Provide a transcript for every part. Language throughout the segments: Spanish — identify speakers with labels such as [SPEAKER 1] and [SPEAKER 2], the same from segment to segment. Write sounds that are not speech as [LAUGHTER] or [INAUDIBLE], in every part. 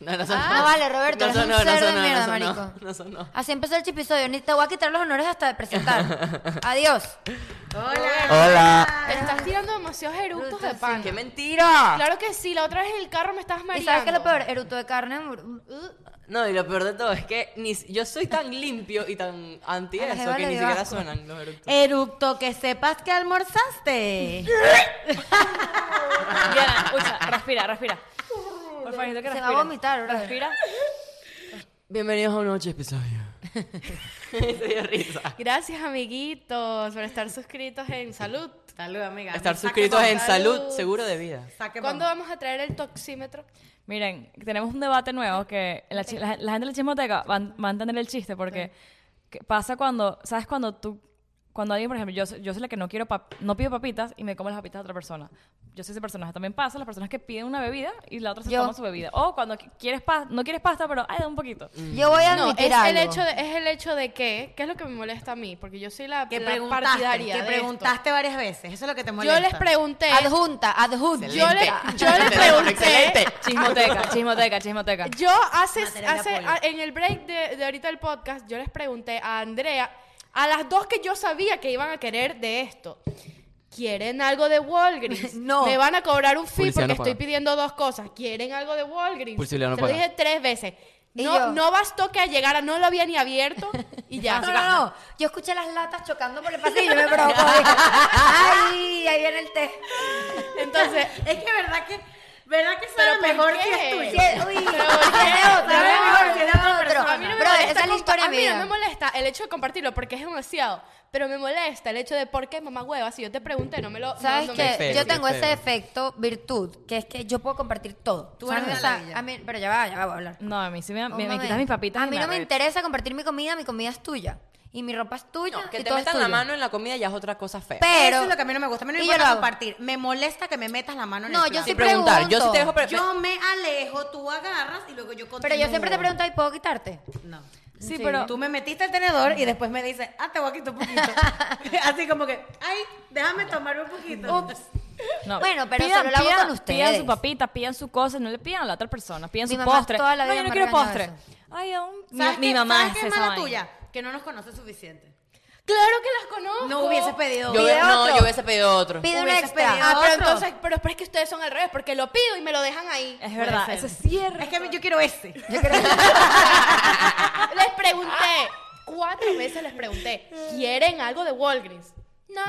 [SPEAKER 1] No, no
[SPEAKER 2] Ah,
[SPEAKER 1] no.
[SPEAKER 2] no vale, Roberto, eres un cerdo de mierda,
[SPEAKER 1] no sonó,
[SPEAKER 2] marico.
[SPEAKER 1] No sonó.
[SPEAKER 2] Así empezó el episodio. Ni te voy a quitar los honores hasta de
[SPEAKER 3] [LAUGHS]
[SPEAKER 2] presentar. Adiós.
[SPEAKER 4] Hola.
[SPEAKER 5] Hola.
[SPEAKER 4] Te
[SPEAKER 6] Ah.
[SPEAKER 4] estás tirando demasiados eructos de pan.
[SPEAKER 1] ¡Qué mentira!
[SPEAKER 4] Claro que sí, la otra vez en el carro me estabas
[SPEAKER 2] ¿Y
[SPEAKER 4] mareando.
[SPEAKER 2] sabes qué es lo peor? Eruto de carne. mur-
[SPEAKER 1] No, y lo peor de todo es que ni, si- yo soy tan limpio y tan anti
[SPEAKER 2] A la
[SPEAKER 1] eso
[SPEAKER 2] jeva
[SPEAKER 1] que
[SPEAKER 2] le
[SPEAKER 1] ni
[SPEAKER 2] dio
[SPEAKER 1] siquiera
[SPEAKER 2] asco.
[SPEAKER 1] suenan los eructos.
[SPEAKER 3] Eructo, que sepas que almorzaste.
[SPEAKER 4] Diana, escucha, respira, respira. Por favor, necesito que
[SPEAKER 2] Se va a
[SPEAKER 4] respires.
[SPEAKER 2] vomitar, bro.
[SPEAKER 4] Respira.
[SPEAKER 1] Bienvenidos a un nuevo episodio. Se dio risa.
[SPEAKER 4] Gracias, amiguitos, por estar suscritos en Salud.
[SPEAKER 6] Salud, amiga.
[SPEAKER 1] Estar
[SPEAKER 6] Saque
[SPEAKER 1] suscritos
[SPEAKER 6] bomba.
[SPEAKER 1] en salud, seguro de vida.
[SPEAKER 6] Saque
[SPEAKER 4] ¿Cuándo
[SPEAKER 6] bomba.
[SPEAKER 4] vamos a traer el toxímetro? Miren, tenemos un debate nuevo que la, chi- la- la gente de la chismoteca van, van a entender el chiste porque que pasa cuando, ¿sabes? Cuando tú, cuando alguien, por ejemplo, yo, soy- yo soy la que no quiero, pap- no pido papitas y me como las papitas de otra persona. Yo soy esa persona. También pasa las personas que piden una bebida y la otra se
[SPEAKER 2] Yo.
[SPEAKER 4] toma su bebida. O cuando qui- quieres pa- no quieres pasta, pero ay, da un poquito.
[SPEAKER 2] [LAUGHS] Yo voy a
[SPEAKER 6] Ah,
[SPEAKER 7] No,
[SPEAKER 2] admitir
[SPEAKER 7] es
[SPEAKER 2] algo.
[SPEAKER 7] el, hecho de, es el hecho de que, ¿qué es lo que me molesta a mí? Porque yo soy la,
[SPEAKER 6] Que
[SPEAKER 7] la
[SPEAKER 6] preguntaste,
[SPEAKER 7] partidaria
[SPEAKER 6] que
[SPEAKER 7] de
[SPEAKER 6] preguntaste varias veces. Eso es lo que te
[SPEAKER 7] esto.
[SPEAKER 6] molesta.
[SPEAKER 7] Yo les pregunté,
[SPEAKER 2] Ah, Adjunta, adjunta.
[SPEAKER 7] yo, le, yo les
[SPEAKER 1] Excelente.
[SPEAKER 7] pregunté,
[SPEAKER 4] [LAUGHS] Chismoteca, chismoteca, chismoteca.
[SPEAKER 7] yo hace,
[SPEAKER 6] Material de
[SPEAKER 7] hace-
[SPEAKER 6] apoyo.
[SPEAKER 7] a- en el break de, de ahorita del podcast, yo les pregunté a Andrea, a las dos que yo sabía que iban a querer de esto. ¿Quieren algo de
[SPEAKER 6] [LAUGHS]
[SPEAKER 7] Walgreens?
[SPEAKER 2] No.
[SPEAKER 7] Me van a cobrar un fee
[SPEAKER 1] Publicidad
[SPEAKER 7] porque
[SPEAKER 1] no
[SPEAKER 7] estoy
[SPEAKER 1] paga.
[SPEAKER 7] pidiendo dos cosas. ¿Quieren algo de Walgreens?
[SPEAKER 1] Publicidad no
[SPEAKER 7] Se lo
[SPEAKER 1] paga.
[SPEAKER 7] dije tres veces.
[SPEAKER 2] Y
[SPEAKER 7] No,
[SPEAKER 2] yo-
[SPEAKER 7] no bastó que llegara, no lo había ni
[SPEAKER 6] [LAUGHS]
[SPEAKER 7] abierto y ya.
[SPEAKER 2] No, no, no. Yo escuché las latas chocando por el pasillo y me
[SPEAKER 7] [LAUGHS]
[SPEAKER 2] provocó. Dije, Ay, ahí viene el té.
[SPEAKER 7] Entonces,
[SPEAKER 6] [LAUGHS] Es que verdad que... ¿Verdad que
[SPEAKER 7] Pero ¿por
[SPEAKER 6] suena mejor
[SPEAKER 7] qué?
[SPEAKER 6] que es tuyo?
[SPEAKER 2] Sí, uy, tiene otro,
[SPEAKER 6] Sabe mejor,
[SPEAKER 2] tiene
[SPEAKER 6] tiene otra
[SPEAKER 2] otro.
[SPEAKER 6] persona.
[SPEAKER 7] A mí no me
[SPEAKER 2] Bro, esa
[SPEAKER 7] molesta
[SPEAKER 2] es la
[SPEAKER 7] compa-
[SPEAKER 2] historia
[SPEAKER 7] a mí no
[SPEAKER 2] mía.
[SPEAKER 7] me molesta el hecho de compartirlo porque es demasiado. Pero me molesta el hecho de por qué mamá hueva. Si yo te pregunté, no me lo. no-
[SPEAKER 2] ¿Sabes
[SPEAKER 7] no me-
[SPEAKER 2] qué?
[SPEAKER 1] feo,
[SPEAKER 2] yo
[SPEAKER 1] qué
[SPEAKER 2] tengo ese
[SPEAKER 1] feo.
[SPEAKER 2] efecto virtud, que es que yo puedo compartir todo.
[SPEAKER 6] Tú
[SPEAKER 2] O sea, a
[SPEAKER 6] eres
[SPEAKER 2] mí me
[SPEAKER 6] una
[SPEAKER 2] sa-
[SPEAKER 6] ladilla.
[SPEAKER 2] a mí- pero ya va, ya va, voy a hablar.
[SPEAKER 4] No, a mí sí me,
[SPEAKER 2] Un
[SPEAKER 4] me- me
[SPEAKER 2] momento.
[SPEAKER 4] quitas mis papitas.
[SPEAKER 2] A
[SPEAKER 4] y
[SPEAKER 2] mí no me
[SPEAKER 4] arrecho.
[SPEAKER 2] interesa compartir mi comida, mi comida es tuya. Y mi ropa es tuya.
[SPEAKER 1] No, que
[SPEAKER 2] y
[SPEAKER 1] te
[SPEAKER 2] todo es
[SPEAKER 1] metan la
[SPEAKER 2] tuyo.
[SPEAKER 1] mano en la comida ya es otra cosa fea.
[SPEAKER 2] Pero.
[SPEAKER 6] Eso es lo que a mí no me gusta. A mí no me
[SPEAKER 2] y yo lo
[SPEAKER 6] importa
[SPEAKER 2] hago.
[SPEAKER 6] compartir. Me molesta que me metas la mano en
[SPEAKER 2] No,
[SPEAKER 6] el
[SPEAKER 2] yo
[SPEAKER 6] plato.
[SPEAKER 2] sí
[SPEAKER 1] preguntar, yo sí
[SPEAKER 2] pregunto.
[SPEAKER 1] te dejo pre-
[SPEAKER 6] Yo me alejo, tú agarras y luego yo continúo.
[SPEAKER 2] Pero yo siempre te pregunto, ¿y puedo quitarte?
[SPEAKER 6] No.
[SPEAKER 4] Sí, pero
[SPEAKER 6] Tú me metiste el tenedor y después me dices, ah, te voy a quitar un poquito.
[SPEAKER 2] [LAUGHS]
[SPEAKER 6] Así como que, ay, déjame tomarme un poquito. Ups.
[SPEAKER 4] No.
[SPEAKER 2] Bueno, pero solo lo hago con ustedes.
[SPEAKER 4] Pidan su papita, pidan su cosa, no le pidan a la otra persona, pidan
[SPEAKER 2] Mi
[SPEAKER 4] su
[SPEAKER 2] mamá
[SPEAKER 4] postre.
[SPEAKER 2] toda la
[SPEAKER 4] no,
[SPEAKER 2] vida
[SPEAKER 4] yo no
[SPEAKER 2] me
[SPEAKER 4] quiero
[SPEAKER 2] regañó
[SPEAKER 4] postre.
[SPEAKER 2] eso.
[SPEAKER 4] Ay, aún- mi,
[SPEAKER 6] ¿Sabes
[SPEAKER 4] mi
[SPEAKER 6] qué-
[SPEAKER 4] mamá
[SPEAKER 6] ¿sabes
[SPEAKER 4] es
[SPEAKER 6] qué es
[SPEAKER 4] esa
[SPEAKER 6] mala
[SPEAKER 4] vaina.
[SPEAKER 6] tuya? Que no nos conoce suficiente.
[SPEAKER 7] Claro que las conozco.
[SPEAKER 6] No hubieses pedido.
[SPEAKER 1] Yo,
[SPEAKER 2] Pide
[SPEAKER 1] no,
[SPEAKER 2] otro.
[SPEAKER 1] yo hubiese pedido otro.
[SPEAKER 2] Pide un
[SPEAKER 6] Hubieses
[SPEAKER 2] extra.
[SPEAKER 6] pedido.
[SPEAKER 7] Ah, pero
[SPEAKER 6] Otro.
[SPEAKER 7] entonces, pero, pero es que ustedes son al revés, porque lo pido y me lo dejan [LAUGHS] ahí.
[SPEAKER 4] Es verdad, eso es cierto.
[SPEAKER 6] Es que a mí- yo quiero ese.
[SPEAKER 7] Les pregunté, cuatro veces les pregunté, ¿quieren algo de Walgreens?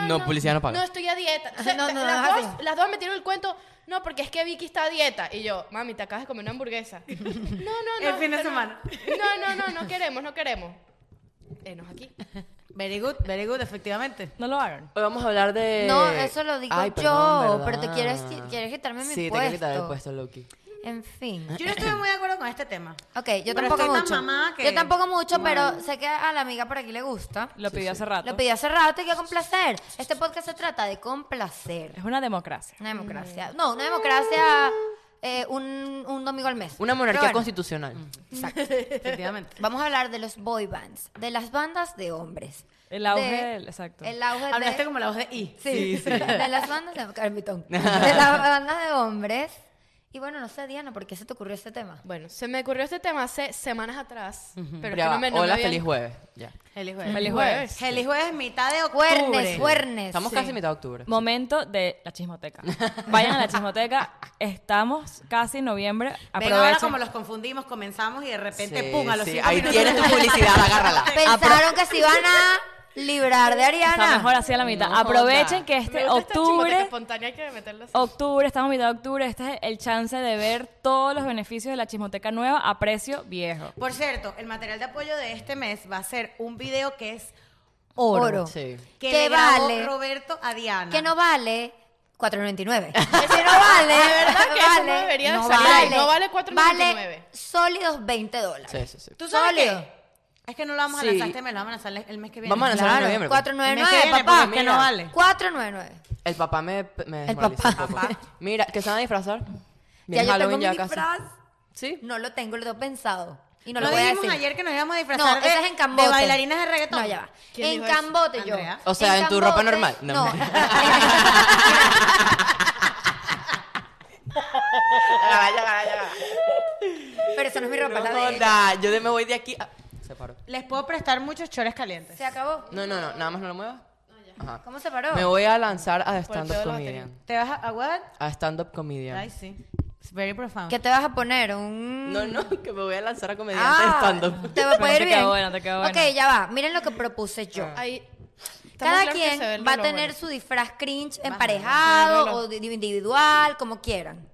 [SPEAKER 1] No, publicidad no paga.
[SPEAKER 7] No estoy a dieta. O sea,
[SPEAKER 2] No, no,
[SPEAKER 7] las,
[SPEAKER 2] no,
[SPEAKER 7] dos,
[SPEAKER 2] así.
[SPEAKER 7] las dos me tiraron el cuento. No, porque es que Vicky está a dieta. Y yo, mami, te acabas de comer una hamburguesa. [LAUGHS] No, no, no.
[SPEAKER 6] El fin de
[SPEAKER 7] pero-
[SPEAKER 6] semana.
[SPEAKER 7] No, no, no, no queremos, no queremos. Enos aquí.
[SPEAKER 6] Very good, very good, efectivamente.
[SPEAKER 4] No lo hagan.
[SPEAKER 1] Hoy vamos a hablar de...
[SPEAKER 2] No, eso lo digo
[SPEAKER 1] Ay,
[SPEAKER 2] yo,
[SPEAKER 1] perdón,
[SPEAKER 2] pero te quieres-
[SPEAKER 1] ¿verdad?
[SPEAKER 2] quieres quitarme mi
[SPEAKER 1] sí, te quiero quitar el puesto,
[SPEAKER 2] puesto.
[SPEAKER 1] Loki.
[SPEAKER 2] En fin.
[SPEAKER 6] Yo no estoy muy de acuerdo con este tema.
[SPEAKER 2] Ok, yo
[SPEAKER 6] Pero
[SPEAKER 2] tampoco
[SPEAKER 6] estoy tan
[SPEAKER 2] mucho.
[SPEAKER 6] mamada que-
[SPEAKER 2] Yo tampoco mucho, pero sé que a la amiga por aquí le gusta.
[SPEAKER 4] Lo pidió hace rato.
[SPEAKER 2] Lo pedí hace rato y quiero complacer. Este podcast se trata de complacer.
[SPEAKER 4] Es una democracia.
[SPEAKER 2] Una
[SPEAKER 1] Mm.
[SPEAKER 2] democracia. No, una democracia eh, un, un domingo al mes.
[SPEAKER 1] Una monarquía
[SPEAKER 2] Pero bueno, Mm.
[SPEAKER 1] constitucional.
[SPEAKER 6] Efectivamente.
[SPEAKER 2] Vamos a hablar de los boy bands, de las bandas de hombres.
[SPEAKER 4] El auge
[SPEAKER 2] De-
[SPEAKER 4] del- exacto.
[SPEAKER 2] El auge de-
[SPEAKER 6] Hablaste como la voz de I.
[SPEAKER 2] Sí, De las bandas
[SPEAKER 1] [LAUGHS]
[SPEAKER 2] de Carmitón. De las bandas de hombres. Y bueno, no sé, Diana, ¿por qué se te ocurrió este tema?
[SPEAKER 7] Bueno, se me ocurrió este tema hace semanas atrás. Pero es
[SPEAKER 1] Ya
[SPEAKER 7] que
[SPEAKER 1] va,
[SPEAKER 7] no me, no me
[SPEAKER 1] Hola,
[SPEAKER 7] habían-
[SPEAKER 1] feliz jueves. Ya.
[SPEAKER 6] Feliz jueves.
[SPEAKER 4] Feliz jueves.
[SPEAKER 6] Feliz jueves, mitad de octubre.
[SPEAKER 2] Cuernes, cuernes.
[SPEAKER 1] Estamos casi mitad de octubre.
[SPEAKER 4] Momento de la chismoteca. Vayan a la chismoteca. Estamos casi en noviembre.
[SPEAKER 6] Ven ahora
[SPEAKER 4] Aprovechen.
[SPEAKER 6] como los confundimos, comenzamos y de repente,
[SPEAKER 1] Sí,
[SPEAKER 6] pum, a los
[SPEAKER 1] sí,
[SPEAKER 6] cinco
[SPEAKER 1] ahí
[SPEAKER 6] minutos-
[SPEAKER 1] tienes tu publicidad,
[SPEAKER 2] [LAUGHS]
[SPEAKER 1] agárrala.
[SPEAKER 2] Pensaron que se iban a librar de
[SPEAKER 4] Está
[SPEAKER 2] Ariana.
[SPEAKER 4] mejor así a la mitad.
[SPEAKER 1] No,
[SPEAKER 4] Aprovechen
[SPEAKER 1] joda.
[SPEAKER 4] que
[SPEAKER 7] Me
[SPEAKER 4] este
[SPEAKER 7] gusta esta chismoteca
[SPEAKER 4] octubre
[SPEAKER 7] espontánea, hay que meterlo así.
[SPEAKER 4] Octubre, estamos a mitad de octubre. Este es el chance de ver todos los beneficios de la chismoteca nueva a precio viejo.
[SPEAKER 6] Por cierto, el material de apoyo de este mes va a ser un video que es oro.
[SPEAKER 2] Oro.
[SPEAKER 1] Sí.
[SPEAKER 6] Que
[SPEAKER 2] Que
[SPEAKER 6] le grabó
[SPEAKER 2] vale.
[SPEAKER 6] Roberto a Diana.
[SPEAKER 2] Que no vale
[SPEAKER 6] [LAUGHS]
[SPEAKER 2] 4.99. que no vale.
[SPEAKER 7] De verdad que eso no debería de salir ahí. No vale 4.99.
[SPEAKER 2] Vale sólidos 20 dólares.
[SPEAKER 1] Sí, sí, sí.
[SPEAKER 6] ¿Tú sabes
[SPEAKER 2] Sólido.
[SPEAKER 6] qué? Es que no lo vamos a
[SPEAKER 1] Sí.
[SPEAKER 6] lanzar este mes, lo vamos a lanzar el mes que viene.
[SPEAKER 1] Vamos a lanzar en noviembre. pues.
[SPEAKER 2] 4.99,
[SPEAKER 6] viene,
[SPEAKER 2] papá.
[SPEAKER 6] porque que no vale.
[SPEAKER 2] 4.99.
[SPEAKER 1] El papá me, me
[SPEAKER 2] El
[SPEAKER 1] desmoralizó
[SPEAKER 2] papá.
[SPEAKER 1] un poco. Mira, que se van a disfrazar.
[SPEAKER 2] Ya
[SPEAKER 1] Bien,
[SPEAKER 2] yo tengo
[SPEAKER 1] Halloween
[SPEAKER 2] mi
[SPEAKER 1] ya casi.
[SPEAKER 2] disfraz.
[SPEAKER 1] Sí.
[SPEAKER 2] No lo tengo, lo tengo pensado. Y no,
[SPEAKER 6] No
[SPEAKER 2] lo voy a
[SPEAKER 6] dijimos
[SPEAKER 2] decir.
[SPEAKER 6] ayer que nos íbamos a disfrazar
[SPEAKER 2] No,
[SPEAKER 6] de,
[SPEAKER 2] esa es en Cambote.
[SPEAKER 6] de bailarinas de reggaetón.
[SPEAKER 2] No, ya va.
[SPEAKER 6] ¿Quién
[SPEAKER 2] En
[SPEAKER 6] dijo eso?
[SPEAKER 2] Cambote yo.
[SPEAKER 6] Andrea.
[SPEAKER 1] O sea, en tu ropa
[SPEAKER 2] Cambote,
[SPEAKER 1] normal. No,
[SPEAKER 2] No.
[SPEAKER 1] Ya va, ya va, ya va.
[SPEAKER 2] [LAUGHS] Pero
[SPEAKER 1] onda? Yo de- me voy de aquí. a- Se paró.
[SPEAKER 6] Les puedo prestar muchos chores calientes.
[SPEAKER 2] Se acabó.
[SPEAKER 1] No, no, no. Nada más no lo muevas. Ajá.
[SPEAKER 2] ¿Cómo se paró?
[SPEAKER 1] Me voy a lanzar a
[SPEAKER 7] el pedo
[SPEAKER 1] stand-up
[SPEAKER 7] de la
[SPEAKER 1] comedian.
[SPEAKER 6] ¿Te vas a, a what?
[SPEAKER 1] A stand-up comedian.
[SPEAKER 6] Ay, sí. It's very profound.
[SPEAKER 2] ¿Qué te vas a poner? Un...
[SPEAKER 1] No, no, que me voy a lanzar a comediante de
[SPEAKER 2] Ah,
[SPEAKER 1] stand-up.
[SPEAKER 2] [LAUGHS]
[SPEAKER 4] [LAUGHS]
[SPEAKER 2] te va a
[SPEAKER 4] Pero
[SPEAKER 2] poder
[SPEAKER 4] te
[SPEAKER 2] bien.
[SPEAKER 4] quedó bueno, te quedó bueno. Ah.
[SPEAKER 2] Ok, ya va. Miren lo que propuse yo.
[SPEAKER 7] Ahí.
[SPEAKER 2] Cada
[SPEAKER 7] estamos claros que
[SPEAKER 2] quien
[SPEAKER 7] se ve el
[SPEAKER 2] va a
[SPEAKER 7] reloj,
[SPEAKER 2] tener
[SPEAKER 7] bueno.
[SPEAKER 2] su disfraz cringe emparejado
[SPEAKER 7] reloj.
[SPEAKER 2] o di- individual, como quieran.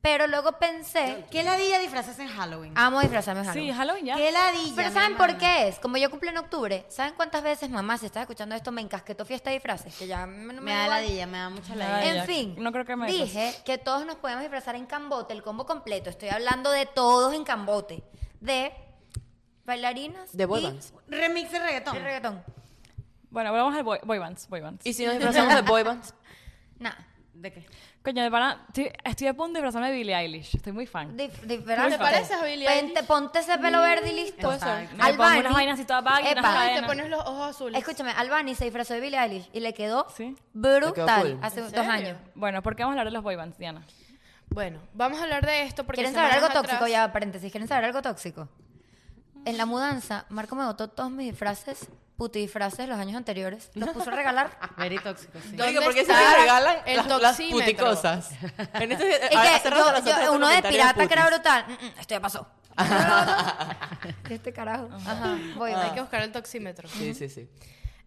[SPEAKER 2] Pero luego pensé,
[SPEAKER 6] ¿Qué ladilla disfrazas en Halloween?
[SPEAKER 2] amo disfrazarme de
[SPEAKER 4] Sí,
[SPEAKER 2] Halloween.
[SPEAKER 4] Halloween ya.
[SPEAKER 6] ¿Qué ladilla?
[SPEAKER 2] Pero
[SPEAKER 6] mi
[SPEAKER 2] ¿saben
[SPEAKER 6] hermana?
[SPEAKER 2] por qué es? Como yo cumplo en octubre, ¿saben cuántas veces, mamá, si estás escuchando esto, me encasquetó fiesta de disfraces? Que ya me, no
[SPEAKER 6] Me da
[SPEAKER 2] igual.
[SPEAKER 6] ladilla, me da mucha
[SPEAKER 4] Me da
[SPEAKER 6] ladilla.
[SPEAKER 4] Ay,
[SPEAKER 2] En
[SPEAKER 4] ya,
[SPEAKER 2] fin,
[SPEAKER 4] no creo que me
[SPEAKER 2] dije que todos nos podemos disfrazar en cambote, el combo completo. Estoy hablando de todos en cambote. De bailarinas
[SPEAKER 1] De boy
[SPEAKER 2] y
[SPEAKER 1] bands.
[SPEAKER 6] Remix de reggaetón.
[SPEAKER 2] el reggaetón.
[SPEAKER 4] Bueno, volvamos al boy, boy bands, boy bands.
[SPEAKER 1] ¿Y si nos disfrazamos de boy bands?
[SPEAKER 2] Nada.
[SPEAKER 6] ¿De qué?
[SPEAKER 4] Coño, de pana, estoy, estoy a punto de disfrazarme de Billie Eilish. Estoy muy fan.
[SPEAKER 2] Dif-
[SPEAKER 7] ¿Te
[SPEAKER 2] diferente.
[SPEAKER 7] pareces a Billie
[SPEAKER 2] Ponte,
[SPEAKER 7] Eilish?
[SPEAKER 2] ponte ese pelo verde y listo.
[SPEAKER 6] Puede ser.
[SPEAKER 4] Me
[SPEAKER 2] Al
[SPEAKER 4] pongo
[SPEAKER 2] Bunny-
[SPEAKER 4] unas vainas así todas baggy, unas
[SPEAKER 2] Epa,
[SPEAKER 7] Ay, Ah, te
[SPEAKER 4] Cadena.
[SPEAKER 7] pones los ojos azules.
[SPEAKER 2] Escúchame, Albani se disfrazó de Billie Eilish y le quedó
[SPEAKER 4] Sí.
[SPEAKER 1] Le quedó
[SPEAKER 2] brutal
[SPEAKER 1] cool.
[SPEAKER 2] hace
[SPEAKER 7] ¿En
[SPEAKER 2] dos
[SPEAKER 7] serio?
[SPEAKER 2] años.
[SPEAKER 4] Bueno, ¿por qué vamos a hablar de los boy bands, Diana?
[SPEAKER 7] Bueno, vamos a hablar de esto porque
[SPEAKER 2] ¿Quieren saber algo
[SPEAKER 7] semanas
[SPEAKER 2] tóxico?
[SPEAKER 7] atrás-
[SPEAKER 2] Ya, paréntesis. ¿Quieren saber algo tóxico? En la mudanza, Marco me botó todos mis disfraces, puti disfraces de los años anteriores. Los puso a regalar.
[SPEAKER 6] [LAUGHS] Very tóxico, sí.
[SPEAKER 1] Yo digo,
[SPEAKER 7] ¿Dónde
[SPEAKER 1] ¿por qué
[SPEAKER 7] está
[SPEAKER 1] siempre regalan
[SPEAKER 7] el
[SPEAKER 1] las, las
[SPEAKER 7] toxímetro?
[SPEAKER 1] puticosas? En estos-
[SPEAKER 2] Y
[SPEAKER 1] Eh, a-
[SPEAKER 2] que
[SPEAKER 1] hace rato
[SPEAKER 2] yo-
[SPEAKER 1] nosotros
[SPEAKER 2] yo-
[SPEAKER 1] hacemos
[SPEAKER 2] uno de
[SPEAKER 1] comentarios
[SPEAKER 2] pirata que era
[SPEAKER 1] putis.
[SPEAKER 2] brutal. Mm, mm, esto ya pasó. este carajo. Ajá, voy.
[SPEAKER 7] Hay
[SPEAKER 2] voy.
[SPEAKER 7] que buscar el toxímetro.
[SPEAKER 1] Sí, sí, sí.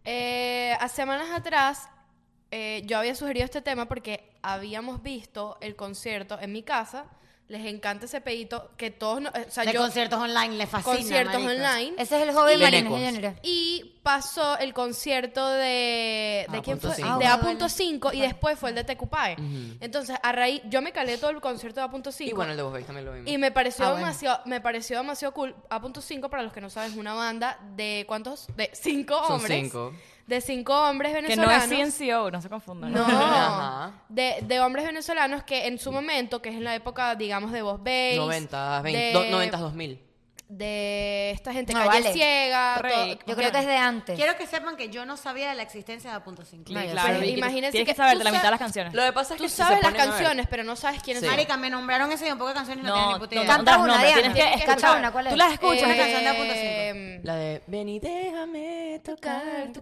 [SPEAKER 7] Eh, a semanas atrás eh, yo había sugerido este tema porque habíamos visto el concierto en mi casa. Les encanta ese pedito que todos... no- eh, o sea,
[SPEAKER 6] De
[SPEAKER 7] yo-
[SPEAKER 6] conciertos online, le fascina.
[SPEAKER 7] conciertos
[SPEAKER 6] marico.
[SPEAKER 7] online.
[SPEAKER 2] Ese es el hobby de
[SPEAKER 1] Y
[SPEAKER 2] Marina
[SPEAKER 1] Benecos.
[SPEAKER 2] Ingeniera.
[SPEAKER 7] Y pasó el concierto de... ¿De
[SPEAKER 1] A
[SPEAKER 7] quién
[SPEAKER 1] punto
[SPEAKER 7] fue?
[SPEAKER 1] cinco.
[SPEAKER 7] De
[SPEAKER 2] Ah,
[SPEAKER 7] A.5 y después fue el de Tecupae. Entonces, a raíz... Yo me calé todo el concierto de A.5.
[SPEAKER 1] Y bueno, el de vos veis también lo vimos.
[SPEAKER 7] Y me pareció
[SPEAKER 6] Ah, bueno.
[SPEAKER 7] demasiado, me pareció demasiado cool. A punto 5, para los que no saben, es una banda de cuántos, de cinco
[SPEAKER 1] Son
[SPEAKER 7] hombres.
[SPEAKER 1] cinco.
[SPEAKER 7] De cinco hombres
[SPEAKER 4] Que no
[SPEAKER 7] venezolanos.
[SPEAKER 4] es CNCO, no se confundan. [LAUGHS]
[SPEAKER 7] No.
[SPEAKER 1] Ajá.
[SPEAKER 7] De, de hombres venezolanos que en su momento, que es en la época, digamos, de Vos Bass.
[SPEAKER 1] 90, 20,
[SPEAKER 7] de-
[SPEAKER 1] do- 90, 2000.
[SPEAKER 7] De esta gente
[SPEAKER 2] No,
[SPEAKER 7] calle
[SPEAKER 2] vale.
[SPEAKER 7] ciega.
[SPEAKER 4] Rey.
[SPEAKER 7] todo-
[SPEAKER 2] Yo creo que es de antes.
[SPEAKER 6] Quiero que sepan que yo no sabía de la existencia de Punto 5.
[SPEAKER 4] Claro,
[SPEAKER 7] Pero
[SPEAKER 4] y-
[SPEAKER 7] imagínense
[SPEAKER 4] tienes
[SPEAKER 7] que
[SPEAKER 4] que saber
[SPEAKER 7] tú
[SPEAKER 4] de la mitad
[SPEAKER 7] sa-
[SPEAKER 4] de las canciones.
[SPEAKER 1] Lo que pasa es que
[SPEAKER 7] Tú
[SPEAKER 1] si
[SPEAKER 7] sabes
[SPEAKER 1] se
[SPEAKER 7] las
[SPEAKER 1] ponen a ver-
[SPEAKER 7] canciones, pero no sabes quiénes
[SPEAKER 1] Sí.
[SPEAKER 7] son.
[SPEAKER 6] Marica, me nombraron ese y un poco de canciones y no, tenía ni puta idea.
[SPEAKER 2] Canta
[SPEAKER 4] das
[SPEAKER 2] una,
[SPEAKER 4] nombres,
[SPEAKER 2] Diana.
[SPEAKER 4] tienes que
[SPEAKER 2] Escucha
[SPEAKER 4] escuchar.
[SPEAKER 2] una, ¿cuál es?
[SPEAKER 4] Tú las escuchas.
[SPEAKER 7] una
[SPEAKER 4] una
[SPEAKER 7] canción de Em,
[SPEAKER 1] La de Ven y déjame tocar tu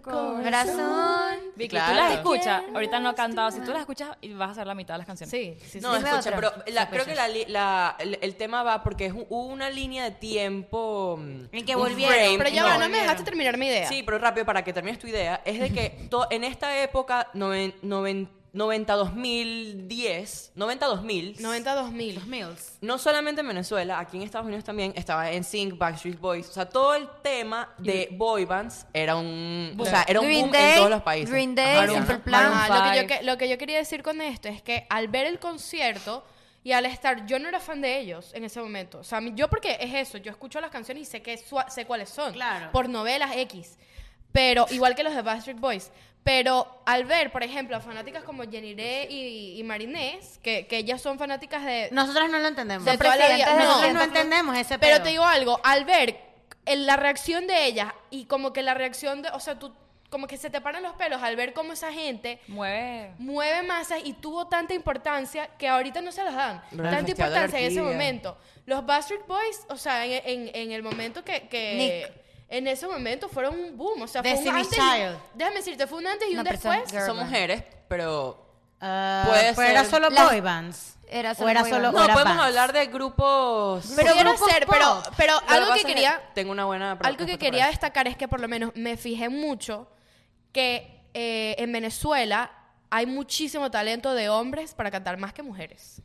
[SPEAKER 2] Corazón.
[SPEAKER 4] Vicky,
[SPEAKER 1] Claro.
[SPEAKER 4] tú las escuchas. Ahorita no ha cantado. Si tú las escuchas, y vas a saber la mitad de las canciones.
[SPEAKER 7] Sí, sí, sí.
[SPEAKER 1] No,
[SPEAKER 2] Dime
[SPEAKER 1] escucha,
[SPEAKER 2] otra.
[SPEAKER 1] pero la- creo que la li- la- el, el tema va porque es un- hubo una línea de tiempo. mm,
[SPEAKER 6] En que
[SPEAKER 1] un
[SPEAKER 6] volvieron,
[SPEAKER 1] frame-
[SPEAKER 7] pero ya
[SPEAKER 1] no,
[SPEAKER 7] va, no me dejaste terminar mi idea.
[SPEAKER 1] Sí, pero rápido para que termines tu idea. Es de
[SPEAKER 7] [LAUGHS]
[SPEAKER 1] que to- en esta época, noven- noven- 90 2010, 90 2000,
[SPEAKER 7] 90 2000.
[SPEAKER 6] Los Mills.
[SPEAKER 1] no solamente en Venezuela, aquí en Estados Unidos también estaba en Sync, Backstreet Boys, o sea, todo el tema de boy bands era un, o sea, era un
[SPEAKER 2] Green
[SPEAKER 1] boom
[SPEAKER 2] Day,
[SPEAKER 1] en todos los países.
[SPEAKER 2] Green Day,
[SPEAKER 1] Ajá,
[SPEAKER 2] Simple
[SPEAKER 1] ¿no?
[SPEAKER 2] Plan.
[SPEAKER 7] Ajá,
[SPEAKER 4] Maroon
[SPEAKER 7] lo, que yo,
[SPEAKER 4] five.
[SPEAKER 7] que- lo que yo quería decir con esto es que al ver el concierto y al estar, yo no era fan de ellos en ese momento. O sea, a mí- yo porque es eso, yo escucho las canciones y sé, que sua- sé cuáles son.
[SPEAKER 6] Claro.
[SPEAKER 7] Por novelas X. Pero, igual que los de Backstreet Boys. Pero al ver, por ejemplo, a fanáticas como Jeniré y, y Marinés, que, que ellas son fanáticas de...
[SPEAKER 6] Nosotras no lo entendemos.
[SPEAKER 7] De toda la vida.
[SPEAKER 2] presidentes de
[SPEAKER 6] Nosotras
[SPEAKER 2] Santa
[SPEAKER 6] no
[SPEAKER 2] Cruz.
[SPEAKER 6] entendemos ese
[SPEAKER 7] Pero
[SPEAKER 6] pedo.
[SPEAKER 7] te digo algo, al ver el- la reacción de ellas y como que la reacción de, o sea, tú como que se te paran los pelos al ver cómo esa gente
[SPEAKER 4] Mueve.
[SPEAKER 7] mueve masas y tuvo tanta importancia que ahorita no se las dan.
[SPEAKER 1] Pero el
[SPEAKER 7] tanta
[SPEAKER 1] Festival de la
[SPEAKER 7] importancia en ese
[SPEAKER 1] Orquídea.
[SPEAKER 7] momento. Los Bastard Boys, o sea, en, en- en el momento que... que- En ese momento fueron un boom, o sea, fue un
[SPEAKER 6] Destiny's
[SPEAKER 7] antes, y-
[SPEAKER 6] Child.
[SPEAKER 7] déjame decirte, fue un antes y
[SPEAKER 2] Una
[SPEAKER 7] un
[SPEAKER 2] persona-
[SPEAKER 7] después.
[SPEAKER 2] Girl
[SPEAKER 1] Son
[SPEAKER 2] band.
[SPEAKER 1] mujeres, pero
[SPEAKER 6] Ah,
[SPEAKER 1] Puede
[SPEAKER 6] pero era
[SPEAKER 1] ser.
[SPEAKER 6] solo
[SPEAKER 2] Las-
[SPEAKER 6] boy bands.
[SPEAKER 2] Era
[SPEAKER 6] o
[SPEAKER 2] solo
[SPEAKER 6] era
[SPEAKER 2] boy
[SPEAKER 6] solo
[SPEAKER 2] bands.
[SPEAKER 1] No,
[SPEAKER 6] o era
[SPEAKER 1] podemos
[SPEAKER 6] bands.
[SPEAKER 1] hablar de grupos.
[SPEAKER 7] Pero
[SPEAKER 6] Sí,
[SPEAKER 7] pudiera
[SPEAKER 6] grupos
[SPEAKER 7] ser,
[SPEAKER 6] pop.
[SPEAKER 7] pero, pero
[SPEAKER 1] Lo que
[SPEAKER 7] algo
[SPEAKER 1] pasa
[SPEAKER 7] que
[SPEAKER 1] es
[SPEAKER 7] quería,
[SPEAKER 1] tengo una buena pro-
[SPEAKER 7] algo que
[SPEAKER 1] respuesta
[SPEAKER 7] quería
[SPEAKER 1] para eso.
[SPEAKER 7] destacar es que por lo menos me fijé mucho que eh, en Venezuela hay muchísimo talento de hombres para cantar más que mujeres.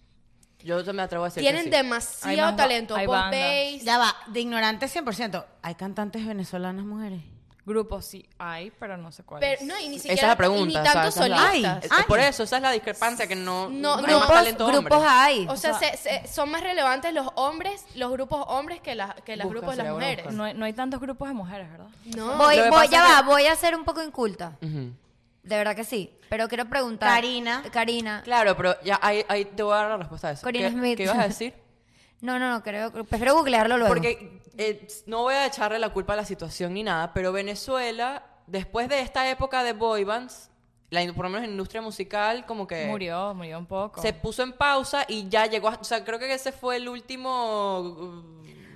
[SPEAKER 1] Yo te- me atrevo a decir que
[SPEAKER 7] Tienen
[SPEAKER 1] sí.
[SPEAKER 4] Hay
[SPEAKER 7] demasiado
[SPEAKER 4] más ba-
[SPEAKER 7] talento.
[SPEAKER 4] hay
[SPEAKER 7] Pop
[SPEAKER 4] bandas.
[SPEAKER 7] bass,
[SPEAKER 6] Ya va, de ignorantes 100%. Hay cantantes venezolanas mujeres.
[SPEAKER 4] Grupos sí hay, pero no sé cuál
[SPEAKER 7] pero- no, y ni
[SPEAKER 1] Esa
[SPEAKER 7] siquiera.
[SPEAKER 1] es la
[SPEAKER 7] y
[SPEAKER 1] pregunta.
[SPEAKER 7] ni
[SPEAKER 1] o sea,
[SPEAKER 7] tanto
[SPEAKER 1] esa es la-
[SPEAKER 7] solistas.
[SPEAKER 1] Eh, Por eso, esa es la discrepancia que no,
[SPEAKER 7] No,
[SPEAKER 1] hay más
[SPEAKER 2] Grupos,
[SPEAKER 1] talento
[SPEAKER 2] grupos
[SPEAKER 1] hombres.
[SPEAKER 2] hay.
[SPEAKER 7] O sea, se- se- son más relevantes los hombres, los grupos hombres que, las que los
[SPEAKER 1] Busca,
[SPEAKER 7] grupos de las
[SPEAKER 1] sería bueno
[SPEAKER 7] mujeres.
[SPEAKER 1] buscar.
[SPEAKER 4] No hay, no hay tantos grupos de mujeres, ¿verdad?
[SPEAKER 7] No.
[SPEAKER 2] voy,
[SPEAKER 1] Lo que
[SPEAKER 2] voy,
[SPEAKER 1] pasa
[SPEAKER 2] ya
[SPEAKER 1] es
[SPEAKER 2] va,
[SPEAKER 1] que-
[SPEAKER 2] voy a ser un poco inculta.
[SPEAKER 1] Ujú.
[SPEAKER 2] De verdad que sí. Pero quiero preguntar.
[SPEAKER 6] Karina.
[SPEAKER 2] Karina.
[SPEAKER 1] Claro, pero ya ahí, ahí te voy a dar la respuesta a eso.
[SPEAKER 2] Corina
[SPEAKER 1] ¿Qué,
[SPEAKER 2] Smith.
[SPEAKER 1] ¿Qué ibas a decir?
[SPEAKER 2] No, no, no, creo. Prefiero googlearlo luego.
[SPEAKER 1] Porque eh, no voy a echarle la culpa a la situación ni nada, pero Venezuela, después de esta época de boy bands, la, in- por lo menos la industria musical como que...
[SPEAKER 4] Murió, murió un poco.
[SPEAKER 1] Se puso en pausa y ya llegó, a- o sea, creo que ese fue el último... uh,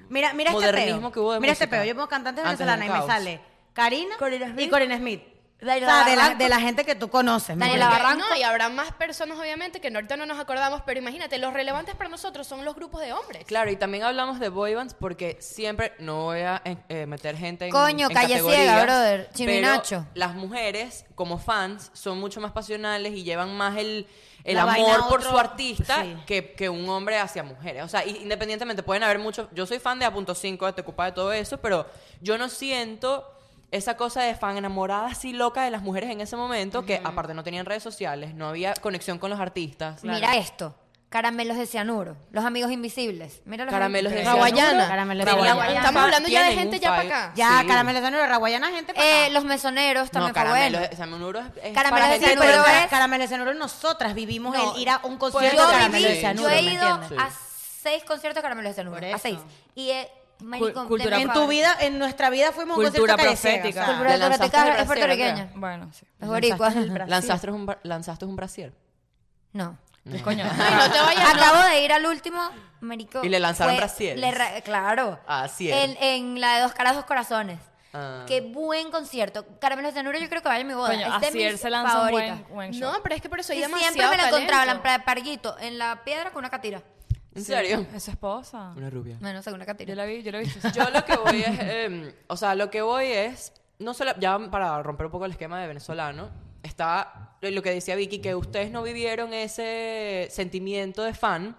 [SPEAKER 6] Mira, mira este
[SPEAKER 1] Modernismo
[SPEAKER 6] peo.
[SPEAKER 1] que hubo de
[SPEAKER 6] mira este
[SPEAKER 1] música.
[SPEAKER 6] peo. Yo pongo cantantes
[SPEAKER 1] Antes del
[SPEAKER 6] venezolanas y me
[SPEAKER 1] caos.
[SPEAKER 6] sale Karina
[SPEAKER 2] Corina
[SPEAKER 6] y
[SPEAKER 2] Smith.
[SPEAKER 6] Corina Smith.
[SPEAKER 2] Daniela
[SPEAKER 6] o sea, de la,
[SPEAKER 2] Barranco.
[SPEAKER 6] de la gente que tú conoces. ¿me
[SPEAKER 2] Daniela
[SPEAKER 6] entiendes?
[SPEAKER 7] Porque,
[SPEAKER 2] Barranco.
[SPEAKER 7] No, y habrá más personas, obviamente, que no- ahorita no nos acordamos, pero imagínate, los relevantes para nosotros son los grupos de hombres.
[SPEAKER 1] Claro, y también hablamos de boy bands porque siempre no voy a eh, eh, meter gente en
[SPEAKER 2] Coño,
[SPEAKER 1] en
[SPEAKER 2] Calle
[SPEAKER 1] categorías,
[SPEAKER 2] Ciega, brother, Chino y
[SPEAKER 1] pero
[SPEAKER 2] Nacho.
[SPEAKER 1] Las mujeres, como fans, son mucho más pasionales y llevan más el, el
[SPEAKER 6] La vaina
[SPEAKER 1] amor
[SPEAKER 6] a
[SPEAKER 1] por
[SPEAKER 6] otro-
[SPEAKER 1] su artista
[SPEAKER 6] sí.
[SPEAKER 1] que, que un hombre hacia mujeres. O sea, y- independientemente, pueden haber muchos. Yo soy fan de A.5, de Te Ocupa de todo eso, pero yo no siento. Esa cosa de fan enamorada así loca de las mujeres en ese momento, que aparte no tenían redes sociales, no había conexión con los artistas.
[SPEAKER 2] Mira esto. Caramelos de cianuro. Los amigos invisibles. Mira los
[SPEAKER 1] Caramelos de
[SPEAKER 2] invisibles.
[SPEAKER 1] cianuro.
[SPEAKER 7] Raguayana.
[SPEAKER 6] Caramelo
[SPEAKER 1] Tenían-
[SPEAKER 6] Raguayana.
[SPEAKER 2] Raguayana.
[SPEAKER 7] Estamos hablando ya de
[SPEAKER 1] tienen
[SPEAKER 7] gente
[SPEAKER 1] un
[SPEAKER 7] ya pa'
[SPEAKER 1] fight.
[SPEAKER 7] acá.
[SPEAKER 6] Ya,
[SPEAKER 1] Sí.
[SPEAKER 6] Caramelo Sanero, Raguayana, gente. para
[SPEAKER 2] Eh,
[SPEAKER 6] acá.
[SPEAKER 2] los mesoneros
[SPEAKER 1] no,
[SPEAKER 2] también fue
[SPEAKER 1] caramelo,
[SPEAKER 2] bueno.
[SPEAKER 1] de- Sanuro es, es
[SPEAKER 2] Caramelo
[SPEAKER 1] para
[SPEAKER 2] de
[SPEAKER 1] gente
[SPEAKER 6] Sí,
[SPEAKER 2] Sanuro
[SPEAKER 1] que-
[SPEAKER 6] pero
[SPEAKER 2] es-
[SPEAKER 6] ca- Caramelo de Cianuro, nosotras vivimos
[SPEAKER 2] No, pues
[SPEAKER 6] el ir a un
[SPEAKER 2] Yo,
[SPEAKER 6] concierto
[SPEAKER 1] Cierto
[SPEAKER 6] de
[SPEAKER 2] viví-
[SPEAKER 6] Caramelo de
[SPEAKER 1] sí.
[SPEAKER 6] Cianuro.
[SPEAKER 2] yo he
[SPEAKER 6] ¿me
[SPEAKER 2] ido
[SPEAKER 6] entiendes?
[SPEAKER 1] entiendes?
[SPEAKER 2] a seis conciertos de caramelos de cianuro.
[SPEAKER 6] Por
[SPEAKER 2] A
[SPEAKER 6] eso.
[SPEAKER 2] seis. Y eh, marico, de
[SPEAKER 4] cultura
[SPEAKER 2] mi-
[SPEAKER 6] En
[SPEAKER 4] Capaz.
[SPEAKER 6] tu vida, en nuestra vida fuimos a un
[SPEAKER 4] Cultura
[SPEAKER 6] concierto de Calle Ciega,
[SPEAKER 4] profética.
[SPEAKER 6] o sea,
[SPEAKER 2] Cultura
[SPEAKER 1] Te lanzaste
[SPEAKER 2] Toroteca
[SPEAKER 1] el
[SPEAKER 2] es
[SPEAKER 1] brasier,
[SPEAKER 2] puertorriqueña.
[SPEAKER 4] Bueno, sí.
[SPEAKER 2] Es boricua.
[SPEAKER 1] Lanzaste un, bar- lanzaste un brasier.
[SPEAKER 2] No.
[SPEAKER 4] ¿Qué coño?
[SPEAKER 7] Ay, no te vayas, no.
[SPEAKER 2] Acabo de ir al último, marico.
[SPEAKER 1] Y le lanzaron
[SPEAKER 2] fue-
[SPEAKER 1] brasieres.
[SPEAKER 2] le ra- claro.
[SPEAKER 1] Así es.
[SPEAKER 2] en, en la de Dos Caras, Dos Corazones.
[SPEAKER 1] Ah.
[SPEAKER 2] Qué buen concierto. Caramelos de Cianuro yo creo que vaya a mi boda.
[SPEAKER 4] Coño,
[SPEAKER 2] es de
[SPEAKER 4] Asier
[SPEAKER 2] mis
[SPEAKER 4] se lanza un
[SPEAKER 2] favoritas.
[SPEAKER 4] buen, buen show.
[SPEAKER 7] No, pero es que por eso hay
[SPEAKER 2] Y
[SPEAKER 7] demasiado
[SPEAKER 2] siempre me la
[SPEAKER 7] talento.
[SPEAKER 2] encontraba en la parguito, en la piedra con una catira.
[SPEAKER 1] ¿En serio?
[SPEAKER 4] ¿Es su esposa?
[SPEAKER 1] Una rubia.
[SPEAKER 2] Bueno, según una
[SPEAKER 4] Yo
[SPEAKER 2] catira.
[SPEAKER 4] la vi, yo la vi. [LAUGHS]
[SPEAKER 1] Yo lo que voy es, eh, o sea, lo que voy es, no solo, ya para romper un poco el esquema de venezolano, está lo lo que decía Vicky, que ustedes no vivieron ese sentimiento de fan,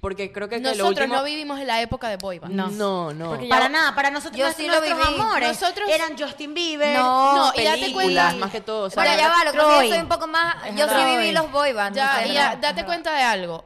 [SPEAKER 1] porque creo que, que lo
[SPEAKER 7] Nosotros
[SPEAKER 1] último...
[SPEAKER 7] no vivimos en la época de boy band.
[SPEAKER 1] No, no.
[SPEAKER 4] Porque
[SPEAKER 6] Para nada, para nosotros
[SPEAKER 2] Yo
[SPEAKER 6] nuestros-
[SPEAKER 2] sí lo
[SPEAKER 6] nuestros
[SPEAKER 2] viví.
[SPEAKER 6] amores
[SPEAKER 7] Nosotros-
[SPEAKER 6] eran Justin Bieber.
[SPEAKER 2] No,
[SPEAKER 7] No,
[SPEAKER 6] Oh,
[SPEAKER 7] y date
[SPEAKER 1] películas,
[SPEAKER 7] cuenta.
[SPEAKER 1] más que todo. o sea,
[SPEAKER 2] Pero ya va, lo que pasa es que
[SPEAKER 6] Troy.
[SPEAKER 2] soy un poco más... Yo sí
[SPEAKER 4] verdad.
[SPEAKER 2] viví los boy bands.
[SPEAKER 7] Ya,
[SPEAKER 2] no sé,
[SPEAKER 7] y ya,
[SPEAKER 2] pero-
[SPEAKER 7] date cuenta de algo.